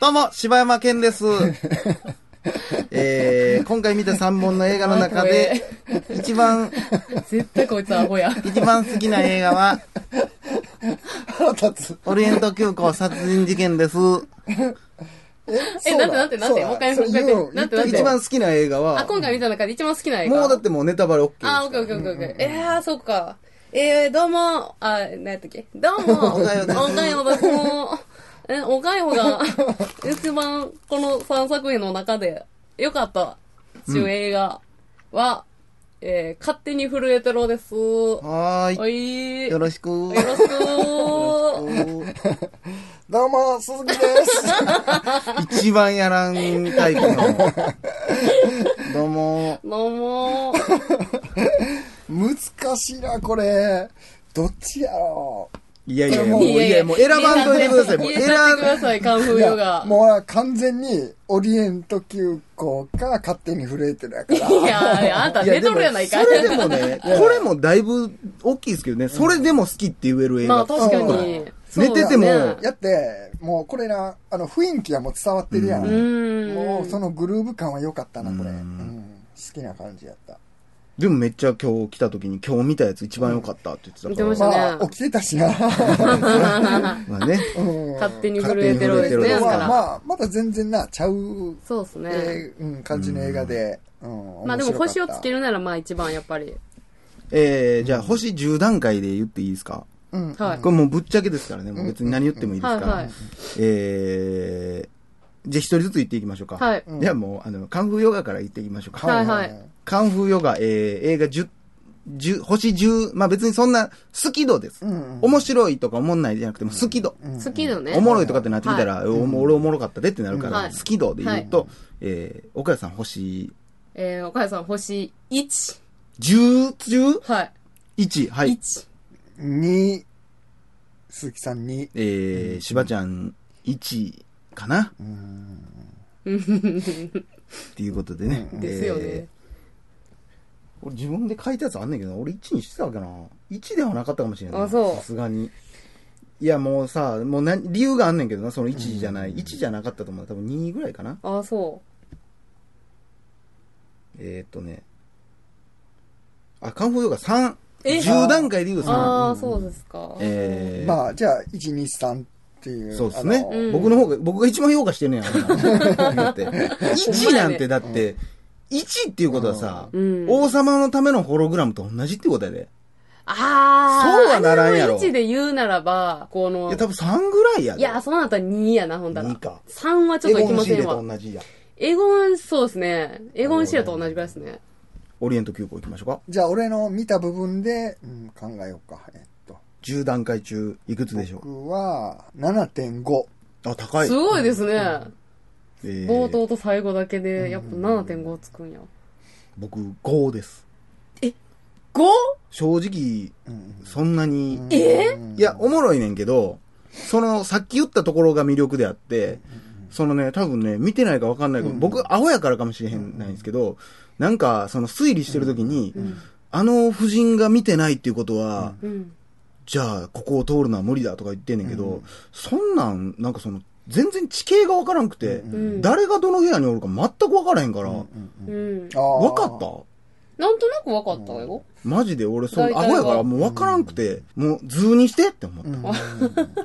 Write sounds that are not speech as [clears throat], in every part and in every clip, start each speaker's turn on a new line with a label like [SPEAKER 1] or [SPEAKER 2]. [SPEAKER 1] どうも、柴山健 [laughs] です。えー、今回見た3本の映画の中 [laughs] で、一番、
[SPEAKER 2] 絶対こいつアホや。
[SPEAKER 1] 一番好きな映画は、
[SPEAKER 3] 腹立つ。
[SPEAKER 1] オリエント急行殺人事件です。
[SPEAKER 2] え、
[SPEAKER 3] そう
[SPEAKER 2] なん
[SPEAKER 3] だ
[SPEAKER 2] てなんてなんて、
[SPEAKER 3] そうだ
[SPEAKER 2] もう一回、
[SPEAKER 3] そ
[SPEAKER 2] もう
[SPEAKER 3] れ
[SPEAKER 2] 一回
[SPEAKER 3] 言う
[SPEAKER 2] やっ
[SPEAKER 3] の
[SPEAKER 2] て、なんてなんて。
[SPEAKER 1] 一番好きな映画
[SPEAKER 2] あ、
[SPEAKER 1] は、
[SPEAKER 2] 今回見た中で一番好きな映画。
[SPEAKER 1] もうだってもうネタバレ OK ですから。
[SPEAKER 2] あ、オッケーオッケーオッケーオッケー。えー、そっか。えー、どうも、あ、なんやったっけどうも、
[SPEAKER 1] おかよです
[SPEAKER 2] おかよです。もうえ、おかよが、一番この3作品の中で良かった、中映画は、えー、勝手に震えてろです。お
[SPEAKER 1] はー
[SPEAKER 2] い。
[SPEAKER 1] い。
[SPEAKER 2] よ
[SPEAKER 1] よ
[SPEAKER 2] ろ
[SPEAKER 1] ろしく。
[SPEAKER 2] しく。
[SPEAKER 3] どうも、鈴木です。
[SPEAKER 1] 一番やらんタイプ [laughs] の。どうも。
[SPEAKER 2] どうも。
[SPEAKER 3] 難しいな、これ。どっちやろ
[SPEAKER 1] いやいやいや、
[SPEAKER 3] も
[SPEAKER 1] も
[SPEAKER 3] う
[SPEAKER 1] ういやいや、もう選ばんといてください。もう
[SPEAKER 2] 選
[SPEAKER 1] 選
[SPEAKER 2] ばんとい
[SPEAKER 1] ん、
[SPEAKER 2] てください、カンフ
[SPEAKER 3] う。
[SPEAKER 2] ー
[SPEAKER 3] い
[SPEAKER 2] ヨガ
[SPEAKER 3] や。もうな完全にオリエント急行か勝手に震えてるやから。
[SPEAKER 2] [laughs] いやいや、あんた
[SPEAKER 1] いや
[SPEAKER 2] 寝とるやないか。
[SPEAKER 1] でもそれでもね、
[SPEAKER 2] [laughs]
[SPEAKER 1] これもだいぶ大きいですけどね、それでも好きって言える映
[SPEAKER 2] ま
[SPEAKER 1] 画
[SPEAKER 2] あ。確かに。
[SPEAKER 1] 寝てても
[SPEAKER 2] そうだね
[SPEAKER 3] やって、もうこれな、あの雰囲気はもう伝わってるやん。
[SPEAKER 2] うーん。
[SPEAKER 3] もうそのグルーヴ感は良かったな、これ。うん好きな感じやった。
[SPEAKER 1] でもめっちゃ今日来た時に今日見たやつ一番良かったって言ってたか
[SPEAKER 2] 見て
[SPEAKER 1] ら。
[SPEAKER 2] ました
[SPEAKER 3] まあ
[SPEAKER 2] ね、。
[SPEAKER 3] 起きてたしな。
[SPEAKER 1] まあね。
[SPEAKER 3] うん
[SPEAKER 2] [laughs] 勝手に震
[SPEAKER 1] 勝
[SPEAKER 2] えてるですね。
[SPEAKER 1] 手に震えてる
[SPEAKER 2] だか
[SPEAKER 3] まあ
[SPEAKER 2] ら。
[SPEAKER 3] まあ、まだ全然な、ちゃう、
[SPEAKER 2] そうですね。
[SPEAKER 3] えーうん、感じの映画で。うん
[SPEAKER 2] まあでも星をつけ
[SPEAKER 3] る。
[SPEAKER 2] るならまあ一番やっぱり。
[SPEAKER 1] えー、じゃあ星10段階で言っていいですか
[SPEAKER 3] うん。
[SPEAKER 2] はい。
[SPEAKER 1] これもうぶっちゃけですからね、もう別に何言ってもいいですか
[SPEAKER 2] うんうんはい
[SPEAKER 1] ら
[SPEAKER 2] はい。
[SPEAKER 1] えー、じゃあ一人ずつ言っていきましょうか。
[SPEAKER 2] はい
[SPEAKER 1] じゃあもう、あの、カンフーヨガから言っていきましょうか。
[SPEAKER 2] はいはい。
[SPEAKER 1] カンフーヨガ、えー、映画10、10星10、まあ別にそんな好き度です。
[SPEAKER 3] うん
[SPEAKER 1] 面白いとか思んないじゃなくても好き度。
[SPEAKER 2] 好きだね。
[SPEAKER 1] おもろいとかってなってみたら、おも俺おもろかったでってなるから、
[SPEAKER 2] はい
[SPEAKER 1] 好き度で言うと、えー、岡谷さん星
[SPEAKER 2] えー、岡谷さん星1。
[SPEAKER 1] 10、10?
[SPEAKER 2] は。
[SPEAKER 1] 1、はいい。
[SPEAKER 2] 1。
[SPEAKER 3] 2、鈴木さん2。
[SPEAKER 1] えー、しばちゃん1かなっていうことでね。
[SPEAKER 2] ですよね
[SPEAKER 1] えー。俺自分で書いたやつあんねんけど、俺1にしてたわけな。1ではなかったかもしれない。
[SPEAKER 2] あそう
[SPEAKER 1] さすがに。いや、もうさ、もうな、理由があんねんけどな、その1じゃない。1じゃなかったと思う。多分2ぐらいかな。
[SPEAKER 2] ああ、そ
[SPEAKER 1] えーっとね。あ、カンフーヨガ3。
[SPEAKER 2] う。え
[SPEAKER 1] 10段階で言う3。
[SPEAKER 2] ああ、そうですか。
[SPEAKER 1] えー
[SPEAKER 3] まあ、じゃあ、1、2、3っていう。
[SPEAKER 1] そうですね
[SPEAKER 3] あの。
[SPEAKER 2] ん
[SPEAKER 1] 僕の方が、僕が一番評価してるねやん。だ
[SPEAKER 2] [laughs]
[SPEAKER 1] って。1なんて、だって、1っていうことはさ、
[SPEAKER 2] うん
[SPEAKER 1] 王様のためのホログラムと同じってことやで。
[SPEAKER 2] ああ。
[SPEAKER 1] そうはならんやろ
[SPEAKER 2] あれの位置で言うならば、こ
[SPEAKER 1] い
[SPEAKER 2] の
[SPEAKER 1] や、、多分3ぐらいやで。
[SPEAKER 2] いや、その後は2やな、ほんだら。
[SPEAKER 1] 2か
[SPEAKER 2] 3はちょっ
[SPEAKER 1] エ
[SPEAKER 2] とい
[SPEAKER 1] ゴ
[SPEAKER 2] きま
[SPEAKER 1] ンシー
[SPEAKER 2] せ
[SPEAKER 1] レ
[SPEAKER 2] ん
[SPEAKER 1] と
[SPEAKER 2] わ。
[SPEAKER 1] 同じや。
[SPEAKER 2] エゴン、そうですね。エゴンシアと同じぐらいですね。
[SPEAKER 1] オリエント急行行きましょうか。
[SPEAKER 3] じゃあ、俺の見た部分で、うん、考えようか。えっと、
[SPEAKER 1] 10段階中、いくつでしょ
[SPEAKER 3] 僕は、7.5。
[SPEAKER 1] うあ、高い。
[SPEAKER 2] すごいですね。
[SPEAKER 1] えー
[SPEAKER 2] 冒頭と最後だけで、やっぱ7.5つくんや。
[SPEAKER 1] 僕、5です。
[SPEAKER 2] 5?
[SPEAKER 1] 正直、
[SPEAKER 3] うん
[SPEAKER 1] そんなに、
[SPEAKER 2] え
[SPEAKER 1] いや、おもろいねんけど、その、さっき言ったところが魅力であって、そのね、多分ね、見てないか分かんないけど、僕、アホやからかもしれへんないんですけど、なんか、その推理してる時に、あの夫人が見てないっていうことは、
[SPEAKER 2] うん。
[SPEAKER 1] じゃあ、ここを通るのは無理だとか言ってんねんけど、そんなん、なんかその、全然地形が分からんくて、
[SPEAKER 2] ん
[SPEAKER 1] 誰がどの部屋におるか全く分からへんから、
[SPEAKER 2] うん。
[SPEAKER 3] あー
[SPEAKER 1] 分かった
[SPEAKER 2] なんとなく分かったわよ。
[SPEAKER 1] マジで俺、そ
[SPEAKER 2] 大
[SPEAKER 1] の、ア
[SPEAKER 2] 体
[SPEAKER 1] ホ
[SPEAKER 2] は
[SPEAKER 1] やからもう分からんくて、もう図にしてって思った。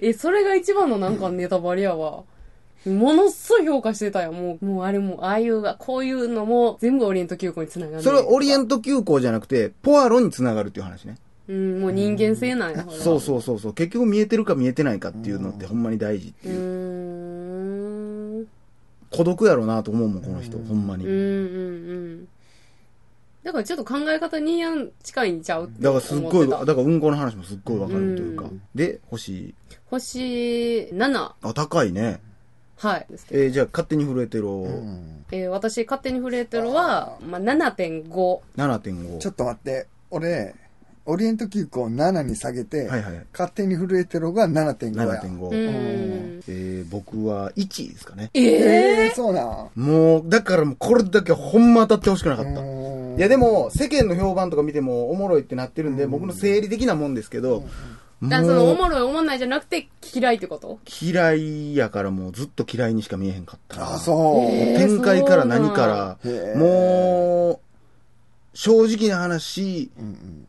[SPEAKER 2] え、それが一番のなんかネタバレやわ。ものっそい評価してたよ。もう、もうあれも、ああいうが、こういうのも、全部オリエント急行につながる。
[SPEAKER 1] それはオリエ
[SPEAKER 2] ン
[SPEAKER 1] ント急行じゃなくて、ポアロにつながるっていう話ね。
[SPEAKER 2] うん、もう人間性なんや。ほら
[SPEAKER 1] [laughs] そうそうそうそう。結局見えてるか見えてないかっていうのってほんまに大事って
[SPEAKER 2] うー
[SPEAKER 1] いう。
[SPEAKER 2] ん。うん
[SPEAKER 1] 孤独やろなと思うもん、この人。ほんま
[SPEAKER 2] うんう
[SPEAKER 1] に。
[SPEAKER 2] ん。だからちょっと考え方にやん近いんちゃうって
[SPEAKER 1] だか
[SPEAKER 2] 思っ
[SPEAKER 1] ら
[SPEAKER 2] て
[SPEAKER 1] す
[SPEAKER 2] た
[SPEAKER 1] っごい、だからうんこの話もすっごいわかるというか
[SPEAKER 2] うん。
[SPEAKER 1] で、星。
[SPEAKER 2] 星7。
[SPEAKER 1] あ、高いね。
[SPEAKER 2] はい。ですけど
[SPEAKER 1] えー、じゃあ勝手に震えてろ。
[SPEAKER 3] うん
[SPEAKER 2] えー私、勝手に震えてるは、まあ、7.5。
[SPEAKER 1] 7.5。
[SPEAKER 3] ちょっと待って、俺、オリエント急行7に下げて、
[SPEAKER 1] はいはいはい。
[SPEAKER 3] 勝手に震えてるが7.5や。
[SPEAKER 2] う
[SPEAKER 1] 7.5。
[SPEAKER 2] ん。
[SPEAKER 1] えー、僕は1ですかね。
[SPEAKER 2] ええ
[SPEAKER 3] えー、そうなん。
[SPEAKER 1] もう、だからもうこれだけはほんま当たってほしくなかった。
[SPEAKER 3] うん
[SPEAKER 1] いやでも、世間の評判とか見てもおもろいってなってるんで、僕の生理的なもんですけど、も
[SPEAKER 2] だからそのお
[SPEAKER 1] う
[SPEAKER 2] もろいおもんないじゃなくて嫌いってこと
[SPEAKER 1] 嫌いやからもうずっと嫌いにしか見えへんかったな。
[SPEAKER 3] あ、そう。
[SPEAKER 2] へえ
[SPEAKER 1] 展開から何か
[SPEAKER 3] そうなん
[SPEAKER 1] ら、
[SPEAKER 3] だ
[SPEAKER 1] もう、正直な話、
[SPEAKER 3] うん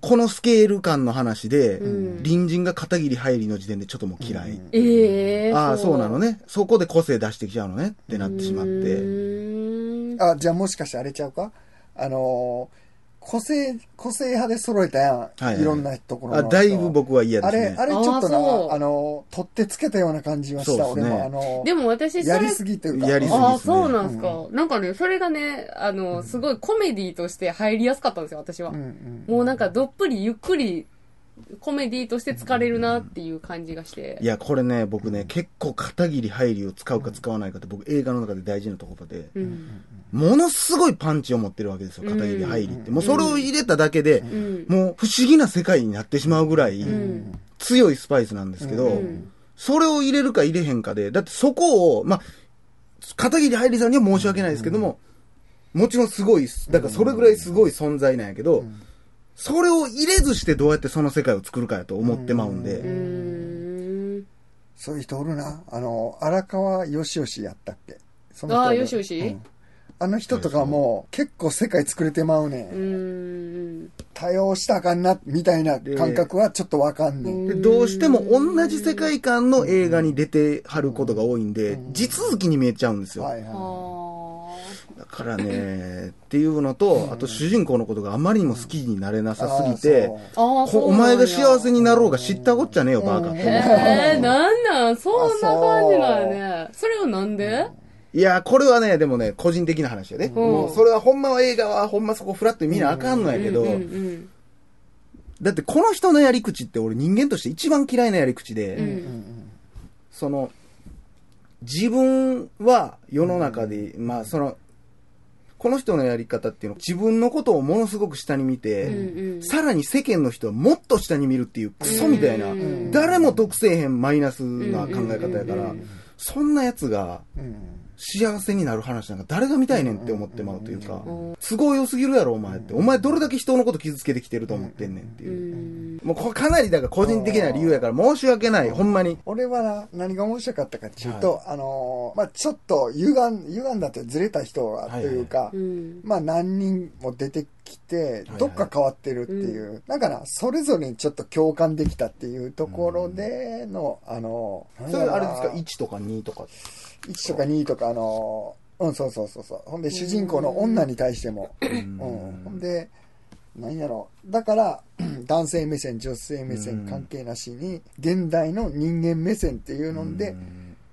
[SPEAKER 1] このスケール感の話で、
[SPEAKER 2] うん
[SPEAKER 1] 隣人が片桐入りの時点でちょっともう嫌い。
[SPEAKER 3] うん
[SPEAKER 2] ええ
[SPEAKER 1] ああ、そうなのね。そこで個性出してきちゃうのねってなってしまっ
[SPEAKER 2] う
[SPEAKER 1] て。
[SPEAKER 2] ー
[SPEAKER 3] うんんあ、じゃあもしかしてあれちゃうかあのー、個性、個性派で揃えたやん。
[SPEAKER 1] いはい
[SPEAKER 3] い、ろんなところの
[SPEAKER 1] あだいぶ僕は嫌で
[SPEAKER 3] あ
[SPEAKER 1] す
[SPEAKER 3] れ、
[SPEAKER 1] ね
[SPEAKER 3] あ。れちょっとな、
[SPEAKER 2] あーそう
[SPEAKER 3] あのー、取ってつけたような感じはした、
[SPEAKER 1] そうで
[SPEAKER 3] 俺
[SPEAKER 1] すね
[SPEAKER 3] も。あのー、
[SPEAKER 2] でも私そ
[SPEAKER 3] や
[SPEAKER 2] れ
[SPEAKER 3] りすぎというか。
[SPEAKER 1] やりすぎ
[SPEAKER 2] ああ、
[SPEAKER 1] ですね
[SPEAKER 2] そうなんですか、なんかね、それがね、あの、すごいコメディとして入りやすかったんですよ、私は。
[SPEAKER 3] うんうん
[SPEAKER 2] もうなんかどっぷりゆっくりコメディとして疲れるなっていう感じがして。
[SPEAKER 1] いや、これね、僕ね、結構片桐入りを使うか使わないかって僕映画の中で大事なところで、
[SPEAKER 2] うん。
[SPEAKER 1] ものすごいパンチを持ってるわけですよ、片桐入りって。
[SPEAKER 3] うん
[SPEAKER 1] もうそれを入れただけで、
[SPEAKER 2] うん。
[SPEAKER 1] もう不思議な世界になってしまうぐらい
[SPEAKER 2] ん
[SPEAKER 1] 強いスパイスなんですけど、
[SPEAKER 2] うん
[SPEAKER 1] それを入れるか入れへんかで、だってそこを、まあ、片桐入りさんには申し訳ないですけども、もちろんすごいっす、だからそれぐらいすごい存在なんやけど、それを入れずしてどうやってその世界を作るかやと思ってまうんで、
[SPEAKER 2] うーん。
[SPEAKER 3] そういう人おるな。あのー、荒川よしよしやったっけその人おる
[SPEAKER 2] ああ、よしよし
[SPEAKER 3] うんあの人とかもう結構世界作れてまうねん。
[SPEAKER 2] うーん。
[SPEAKER 3] 多用したらあかんな、みたいな感覚はちょっとわかんねん。
[SPEAKER 1] でどうしても同じ世界観の映画に出てはることが多いんで、地続きに見えちゃうんですよ。
[SPEAKER 3] はいはい。
[SPEAKER 2] あ
[SPEAKER 1] だからね、っていうのと、あと主人公のことがあまりにも好きになれなさすぎて、
[SPEAKER 3] あー
[SPEAKER 2] あ。ああ、
[SPEAKER 1] こ
[SPEAKER 2] そう
[SPEAKER 1] お
[SPEAKER 2] なん
[SPEAKER 1] 前
[SPEAKER 2] や
[SPEAKER 1] が幸せになろうが知ったこっちゃねえよ、バカって思った。
[SPEAKER 2] ええなんなんそんな感じなんやね。それをなんで
[SPEAKER 1] いや、これはね、でもね、個人的な話やで。もう、それはほんまは映画はほんまそこフラットに見なあかんのやけど
[SPEAKER 2] うん、うん
[SPEAKER 1] だってこの人のやり口って俺人間として一番嫌いなやり口
[SPEAKER 2] うん。う
[SPEAKER 1] で、
[SPEAKER 2] ん
[SPEAKER 1] その、自分は世の中で、まあその、この人のやり方っていうのは自分のことをものすごく下に見て、
[SPEAKER 2] うんうん
[SPEAKER 1] さらに世間の人はもっと下に見るっていうクソみたいな、
[SPEAKER 2] うん
[SPEAKER 1] 誰も得せえへんマイナスな考え方やから、
[SPEAKER 2] うんうんうんうん
[SPEAKER 1] そんなやつが
[SPEAKER 3] うん
[SPEAKER 1] 幸せになる話なんか誰が見たいねんって思ってまうというか
[SPEAKER 2] うんうんうん、
[SPEAKER 1] 都合良すぎるやろお前って、お前どれだけ人のこと傷つけてきてると思ってんねんって
[SPEAKER 2] う
[SPEAKER 1] いう。
[SPEAKER 2] ん。
[SPEAKER 1] もうこれかなりだから個人的な理由やから申し訳ない、ほんまに。
[SPEAKER 3] 俺はな、何が面白かったかっていうと、あのーまあちょっと歪ん、歪んだってずれた人はというか、
[SPEAKER 2] うん。
[SPEAKER 3] まあ何人も出てきて、どっか変わってるっていう、なんかな、それぞれにちょっと共感できたっていうところでの、あのー、
[SPEAKER 1] それあれですか、
[SPEAKER 3] 1
[SPEAKER 1] 1とか2とか。
[SPEAKER 3] とか2とかあのーうん、そうそうそうそう。ほんで、主人公の女に対しても、うん、ほんで何やろだから [clears throat] うん男性目線女性目
[SPEAKER 1] うん
[SPEAKER 3] 線関係なしに現代の人間目線っていうので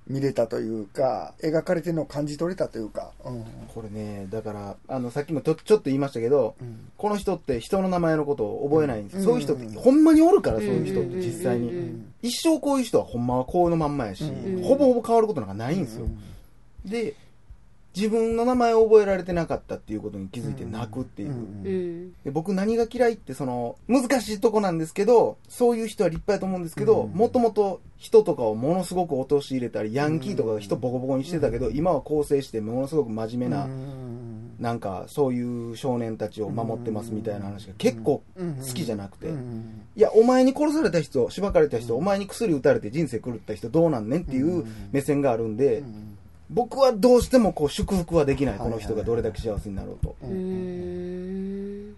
[SPEAKER 3] 見れたというか描かれてるのを感じ取れたというか、うん
[SPEAKER 1] これね、だから、あの、さっきもとちょっと言いましたけど、
[SPEAKER 3] ん
[SPEAKER 1] この人って人の名前のことを覚えないんです、
[SPEAKER 3] うん
[SPEAKER 1] そういう人ってほんまにおるから、
[SPEAKER 2] うん
[SPEAKER 1] そういう人って実際に、
[SPEAKER 2] うん
[SPEAKER 1] 一生こういう人はほんまはこういうのまんまやし、
[SPEAKER 3] うん
[SPEAKER 1] ほぼほぼ変わることなんかないんですよ、で自分の名前を覚えられてなかったっていうことに気づいて泣くっていう、
[SPEAKER 3] うん
[SPEAKER 2] うん。
[SPEAKER 1] で僕何が嫌いってその難しいとこなんですけどそういう人は立派やと思うんですけど
[SPEAKER 3] うん
[SPEAKER 1] もともと人とかをものすごく陥れたりヤンキーとかが人ボコボコにしてたけど、今は更生してものすごく真面目な、
[SPEAKER 3] うん
[SPEAKER 1] なんかそういう少年たちを守ってますみたいな話が結構好きじゃなくて、
[SPEAKER 3] うん
[SPEAKER 1] いや、お前に殺された人、しばかれた人、お前に薬打たれて人生狂った人どうなんねんっていう目線があるんで、
[SPEAKER 3] うん
[SPEAKER 1] 僕はどうしてもこう祝福はできない、こ
[SPEAKER 3] はい
[SPEAKER 1] の
[SPEAKER 3] はい
[SPEAKER 1] 人がどれだけ幸せになろうと。
[SPEAKER 2] うーん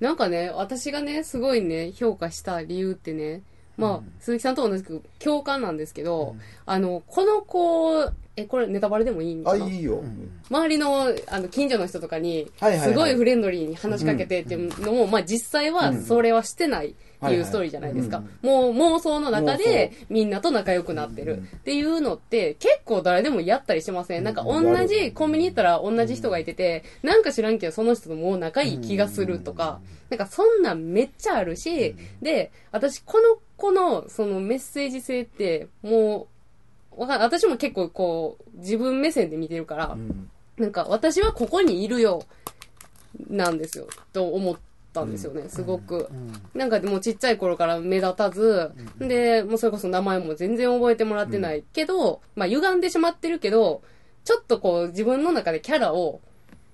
[SPEAKER 2] なんかね、私がね、すごいね、評価した理由ってね、まあ、鈴木さんと同じく共感なんですけど、あの、この子、え、これネタバレでもいいんか
[SPEAKER 1] あ、
[SPEAKER 2] ない
[SPEAKER 1] いよ。
[SPEAKER 2] 周りの、あの、近所の人とかに、
[SPEAKER 1] はいはいはい
[SPEAKER 2] すごいフレンドリーに話しかけてっていうのも、まあ実際はそれはしてないっていうストーリーじゃないですか。もう妄想の中でみんなと仲良くなってるっていうのって結構誰でもやったりしません。なんか同じ、コンビニ行ったら同じ人がいてて、なんか知らんけどその人ともう仲いい気がするとか、なんかそんなんめっちゃあるし、で、私この子のそのメッセージ性ってもう、わかん私も結構こう自分目線で見てるから、
[SPEAKER 1] うん
[SPEAKER 2] なんか、私はここにいるよ、なんですよ、と思ったんですよね、すごく。なんか、もうちっちゃい頃から目立たず、で、もうそれこそ名前も全然覚えてもらってないけど、まあ、歪んでしまってるけど、ちょっとこう、自分の中でキャラを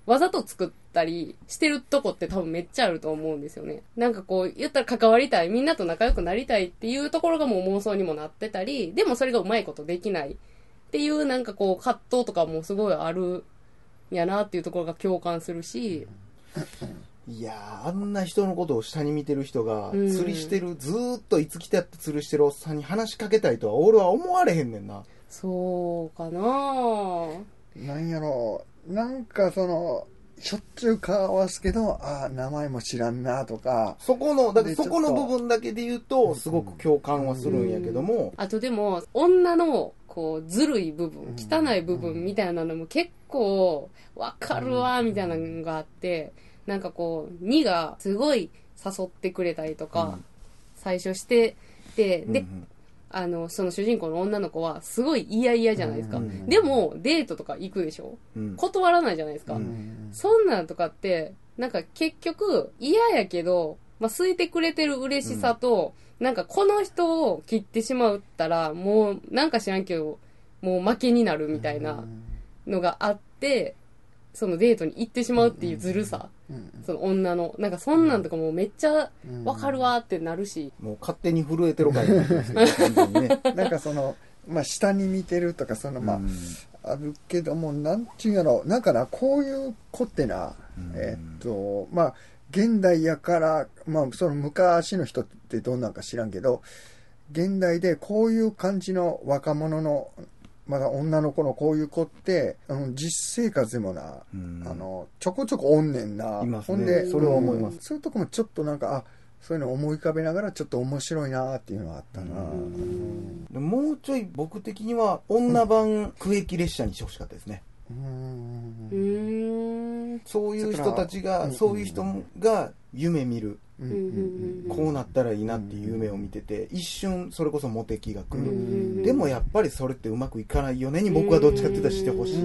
[SPEAKER 2] わざと作っったりしてるとこって多分めっちゃあると思うんですよね。なんかこう、言ったら関わりたい、みんなと仲良くなりたいっていうところがもう妄想にもなってたり、でもそれがうまいことできないっていうなんかこう、葛藤とかもすごいあるんやなっていうところが共感するし、
[SPEAKER 1] いやー、あんな人のことを下に見てる人が、
[SPEAKER 2] うん
[SPEAKER 1] 釣りしてる、ずーっといつ来たって釣りしてるおっさんに話しかけたいとは、俺は思われへんねんな。
[SPEAKER 2] そうかなぁ。
[SPEAKER 3] なんやろう、なんかその、しょっちゅう顔はすけど、ああ、名前も知らんなとか、
[SPEAKER 1] そこの、だから
[SPEAKER 3] でちょ
[SPEAKER 1] そ
[SPEAKER 3] っと
[SPEAKER 1] この部分だけで言うと、すごく共感はするんやけども、
[SPEAKER 2] あとでも、女の、こう、ずるい部分、
[SPEAKER 3] うん
[SPEAKER 2] 汚い部分みたいなのも結構、わかるわ、みたいなのがあって、なんかこう、2がすごい誘ってくれたりと
[SPEAKER 1] う
[SPEAKER 2] か
[SPEAKER 1] ん、
[SPEAKER 2] 最初してて、
[SPEAKER 1] うんう
[SPEAKER 2] で、
[SPEAKER 1] ん
[SPEAKER 2] あの、その主人公の女の子は、すごい嫌々じゃないですか
[SPEAKER 1] うんうん。
[SPEAKER 2] でも、デートとか行くでしょ
[SPEAKER 1] うん
[SPEAKER 2] 断らないじゃないですか
[SPEAKER 1] う
[SPEAKER 3] うん。
[SPEAKER 2] そんなんとかって、なんか結局嫌やけど、まあ、空いてくれてる嬉しさと、なんかこの人を切ってしまったら、もうなんか知らんけど、もう負けになるみたいなのがあって、そのデートに行ってしまうっていうずるさ、
[SPEAKER 3] うん
[SPEAKER 2] その女の、なんかそんなんとかもうめっちゃ
[SPEAKER 3] うん
[SPEAKER 2] わかるわってなるし、
[SPEAKER 1] もう勝手に震えてるから完全にね。
[SPEAKER 3] [laughs] なんかその、まあ、下に見てるとか、その、まあ、
[SPEAKER 1] うん
[SPEAKER 3] あるけども、なんちゅうんやろ、なんかな、こういう子ってな、
[SPEAKER 1] うん
[SPEAKER 3] えっと、まあ、現代やから、まあ、その昔の人ってどんなんか知らんけど、現代でこういう感じの若者の、まだ女の子のこういう子って、あの実生活でもな、
[SPEAKER 1] うん
[SPEAKER 3] あの、ちょこちょこおんねんな。
[SPEAKER 1] いますね
[SPEAKER 3] ほんで、
[SPEAKER 1] それは思います
[SPEAKER 3] うんそういうとこもちょっとなんか、あ、そういうの思い浮かべながらちょっと面白いなっていうのはあったな。
[SPEAKER 2] うん
[SPEAKER 1] でもうちょい僕的には、女版区域列車にしてほしかったですね。
[SPEAKER 3] うん
[SPEAKER 2] うーん。
[SPEAKER 1] そういう人たち
[SPEAKER 3] う
[SPEAKER 1] が、
[SPEAKER 3] ん
[SPEAKER 1] そういう人が夢見る、
[SPEAKER 3] うん
[SPEAKER 2] うん
[SPEAKER 1] こうなったらいいなっていう夢を見てて、一瞬それこそモテ期が来
[SPEAKER 2] う
[SPEAKER 1] る。
[SPEAKER 2] ん
[SPEAKER 1] でもやっぱりそれってうまくいかないよねに僕はどっちかって言ったらしてほしい。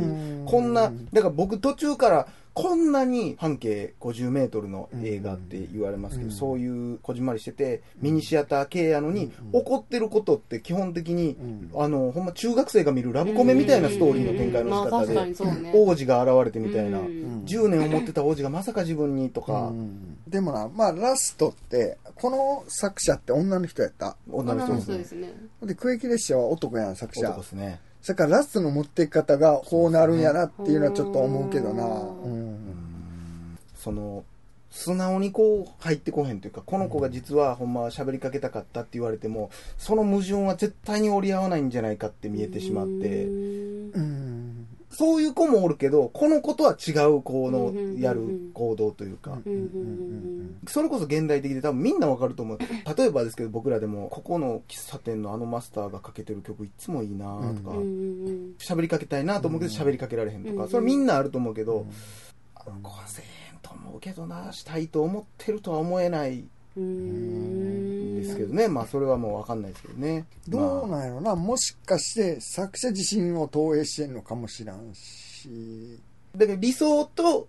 [SPEAKER 1] こんな、だから僕途中からこんなに半径50メートルの映画って言われますけ
[SPEAKER 3] う
[SPEAKER 1] ど、
[SPEAKER 3] ん
[SPEAKER 1] そういうこじんまりしてて、ミニシアター系やのに
[SPEAKER 3] うん、
[SPEAKER 1] 怒ってることって基本的に
[SPEAKER 3] う、ん
[SPEAKER 1] あの、ほんま中学生が見るラブコメみたいなストーリーの展開の仕
[SPEAKER 2] まあ確か
[SPEAKER 1] 方
[SPEAKER 2] に
[SPEAKER 1] で、
[SPEAKER 2] そうね。
[SPEAKER 1] 王子が現れてみたいな
[SPEAKER 2] う。ん
[SPEAKER 1] 10年思ってた王子がまさか自分にとか、
[SPEAKER 3] うんでもな、まあ、ラストって、この作者って女の人やった。
[SPEAKER 1] 女の
[SPEAKER 2] 女
[SPEAKER 1] 人
[SPEAKER 2] の
[SPEAKER 1] です
[SPEAKER 2] 人で
[SPEAKER 1] ね。
[SPEAKER 2] すね。
[SPEAKER 3] で、区域列車は男やん、作
[SPEAKER 1] 男
[SPEAKER 3] 者
[SPEAKER 1] で。すね。
[SPEAKER 3] それからラストの持っていき方がこうなるんやなっていうのはちょっと思うけどな。
[SPEAKER 2] う
[SPEAKER 3] うん。
[SPEAKER 1] その、素直にこう入ってこへんというか、この子が実はほんまは喋りかけたかったって言われても、その矛盾は絶対に折り合わないんじゃないかって見えてしまって
[SPEAKER 2] う、ん
[SPEAKER 3] うん。
[SPEAKER 1] そういう子もおるけど、この子とは違う子
[SPEAKER 2] うんうんうんう
[SPEAKER 1] の
[SPEAKER 2] ん
[SPEAKER 1] やる行動というか、
[SPEAKER 2] うんうんうん
[SPEAKER 1] それこそ現代的で多分みんなわかると思う。例えばですけど僕らでも、ここの喫茶店のあのマスターがかけてる曲いつもいいなとか
[SPEAKER 2] うんう、んうん
[SPEAKER 1] 喋りかけたいなと思うけど
[SPEAKER 3] うん
[SPEAKER 1] 喋りかけられへんと
[SPEAKER 2] うんう
[SPEAKER 1] か、
[SPEAKER 2] ん
[SPEAKER 1] それみんなあると思うけ
[SPEAKER 3] う
[SPEAKER 1] ど
[SPEAKER 3] ん、
[SPEAKER 1] あの子はせえんと思うけどな、したいと思ってるとは思えない
[SPEAKER 2] うんん
[SPEAKER 1] ですけどね。まあそれはもうわかんないですけどね。
[SPEAKER 3] どう
[SPEAKER 1] まあ
[SPEAKER 3] なんやろな、もしかして作者自身を投影してんのかもしらんし。
[SPEAKER 1] だけど理想と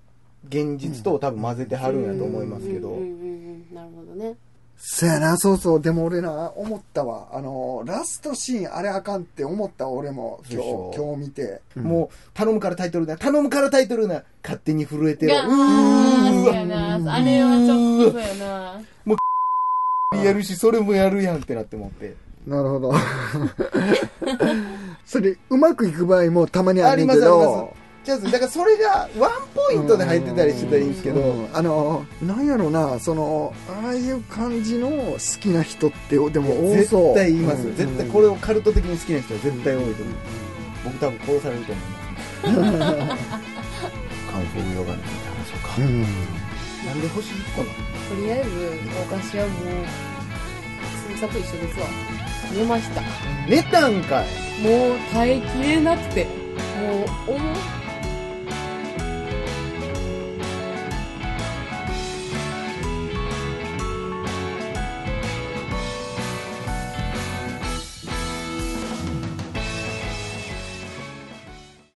[SPEAKER 1] 現実と多分混ぜてはるんやと思いますけ
[SPEAKER 2] うんう
[SPEAKER 1] ど
[SPEAKER 2] んう、んうんなるほどね
[SPEAKER 3] そやな、そうそう、でも俺な、思ったわ。あの、ラストシーンあれあかんって思った俺も今
[SPEAKER 1] でしょ
[SPEAKER 3] 日、今日見て。
[SPEAKER 1] もう頼むからタイトルな、頼むからタイトルな、勝手に震えて
[SPEAKER 2] い
[SPEAKER 1] る。
[SPEAKER 2] やーそうやなあれはちょっとそうやな
[SPEAKER 1] やるし、それもやるやんってなって思って。
[SPEAKER 3] なるほど。 [laughs] それ、うまくいく場合もたまにあ
[SPEAKER 1] あ
[SPEAKER 3] る
[SPEAKER 1] りま
[SPEAKER 3] け
[SPEAKER 1] すありま
[SPEAKER 3] ど。
[SPEAKER 1] す。じゃあ、だからそれがワンポイントで入ってたりしてたらいいんですけ
[SPEAKER 3] う
[SPEAKER 1] ど、
[SPEAKER 3] んあのなんやろなそのああいう感じの好きな人ってでも多そう
[SPEAKER 1] 絶対言います
[SPEAKER 3] う。ん
[SPEAKER 1] 絶対これをカルト的に好きな人は絶対多いと思う。僕多分殺されると思い [laughs] ます。韓国ヨガに話そう
[SPEAKER 3] う
[SPEAKER 1] か。
[SPEAKER 3] ん
[SPEAKER 1] なんで星1個なの
[SPEAKER 2] とりあえず私はもう鈴木さんと一緒ですわ寝ました
[SPEAKER 1] 寝たんかい
[SPEAKER 2] もう耐えきれなくてもう思っ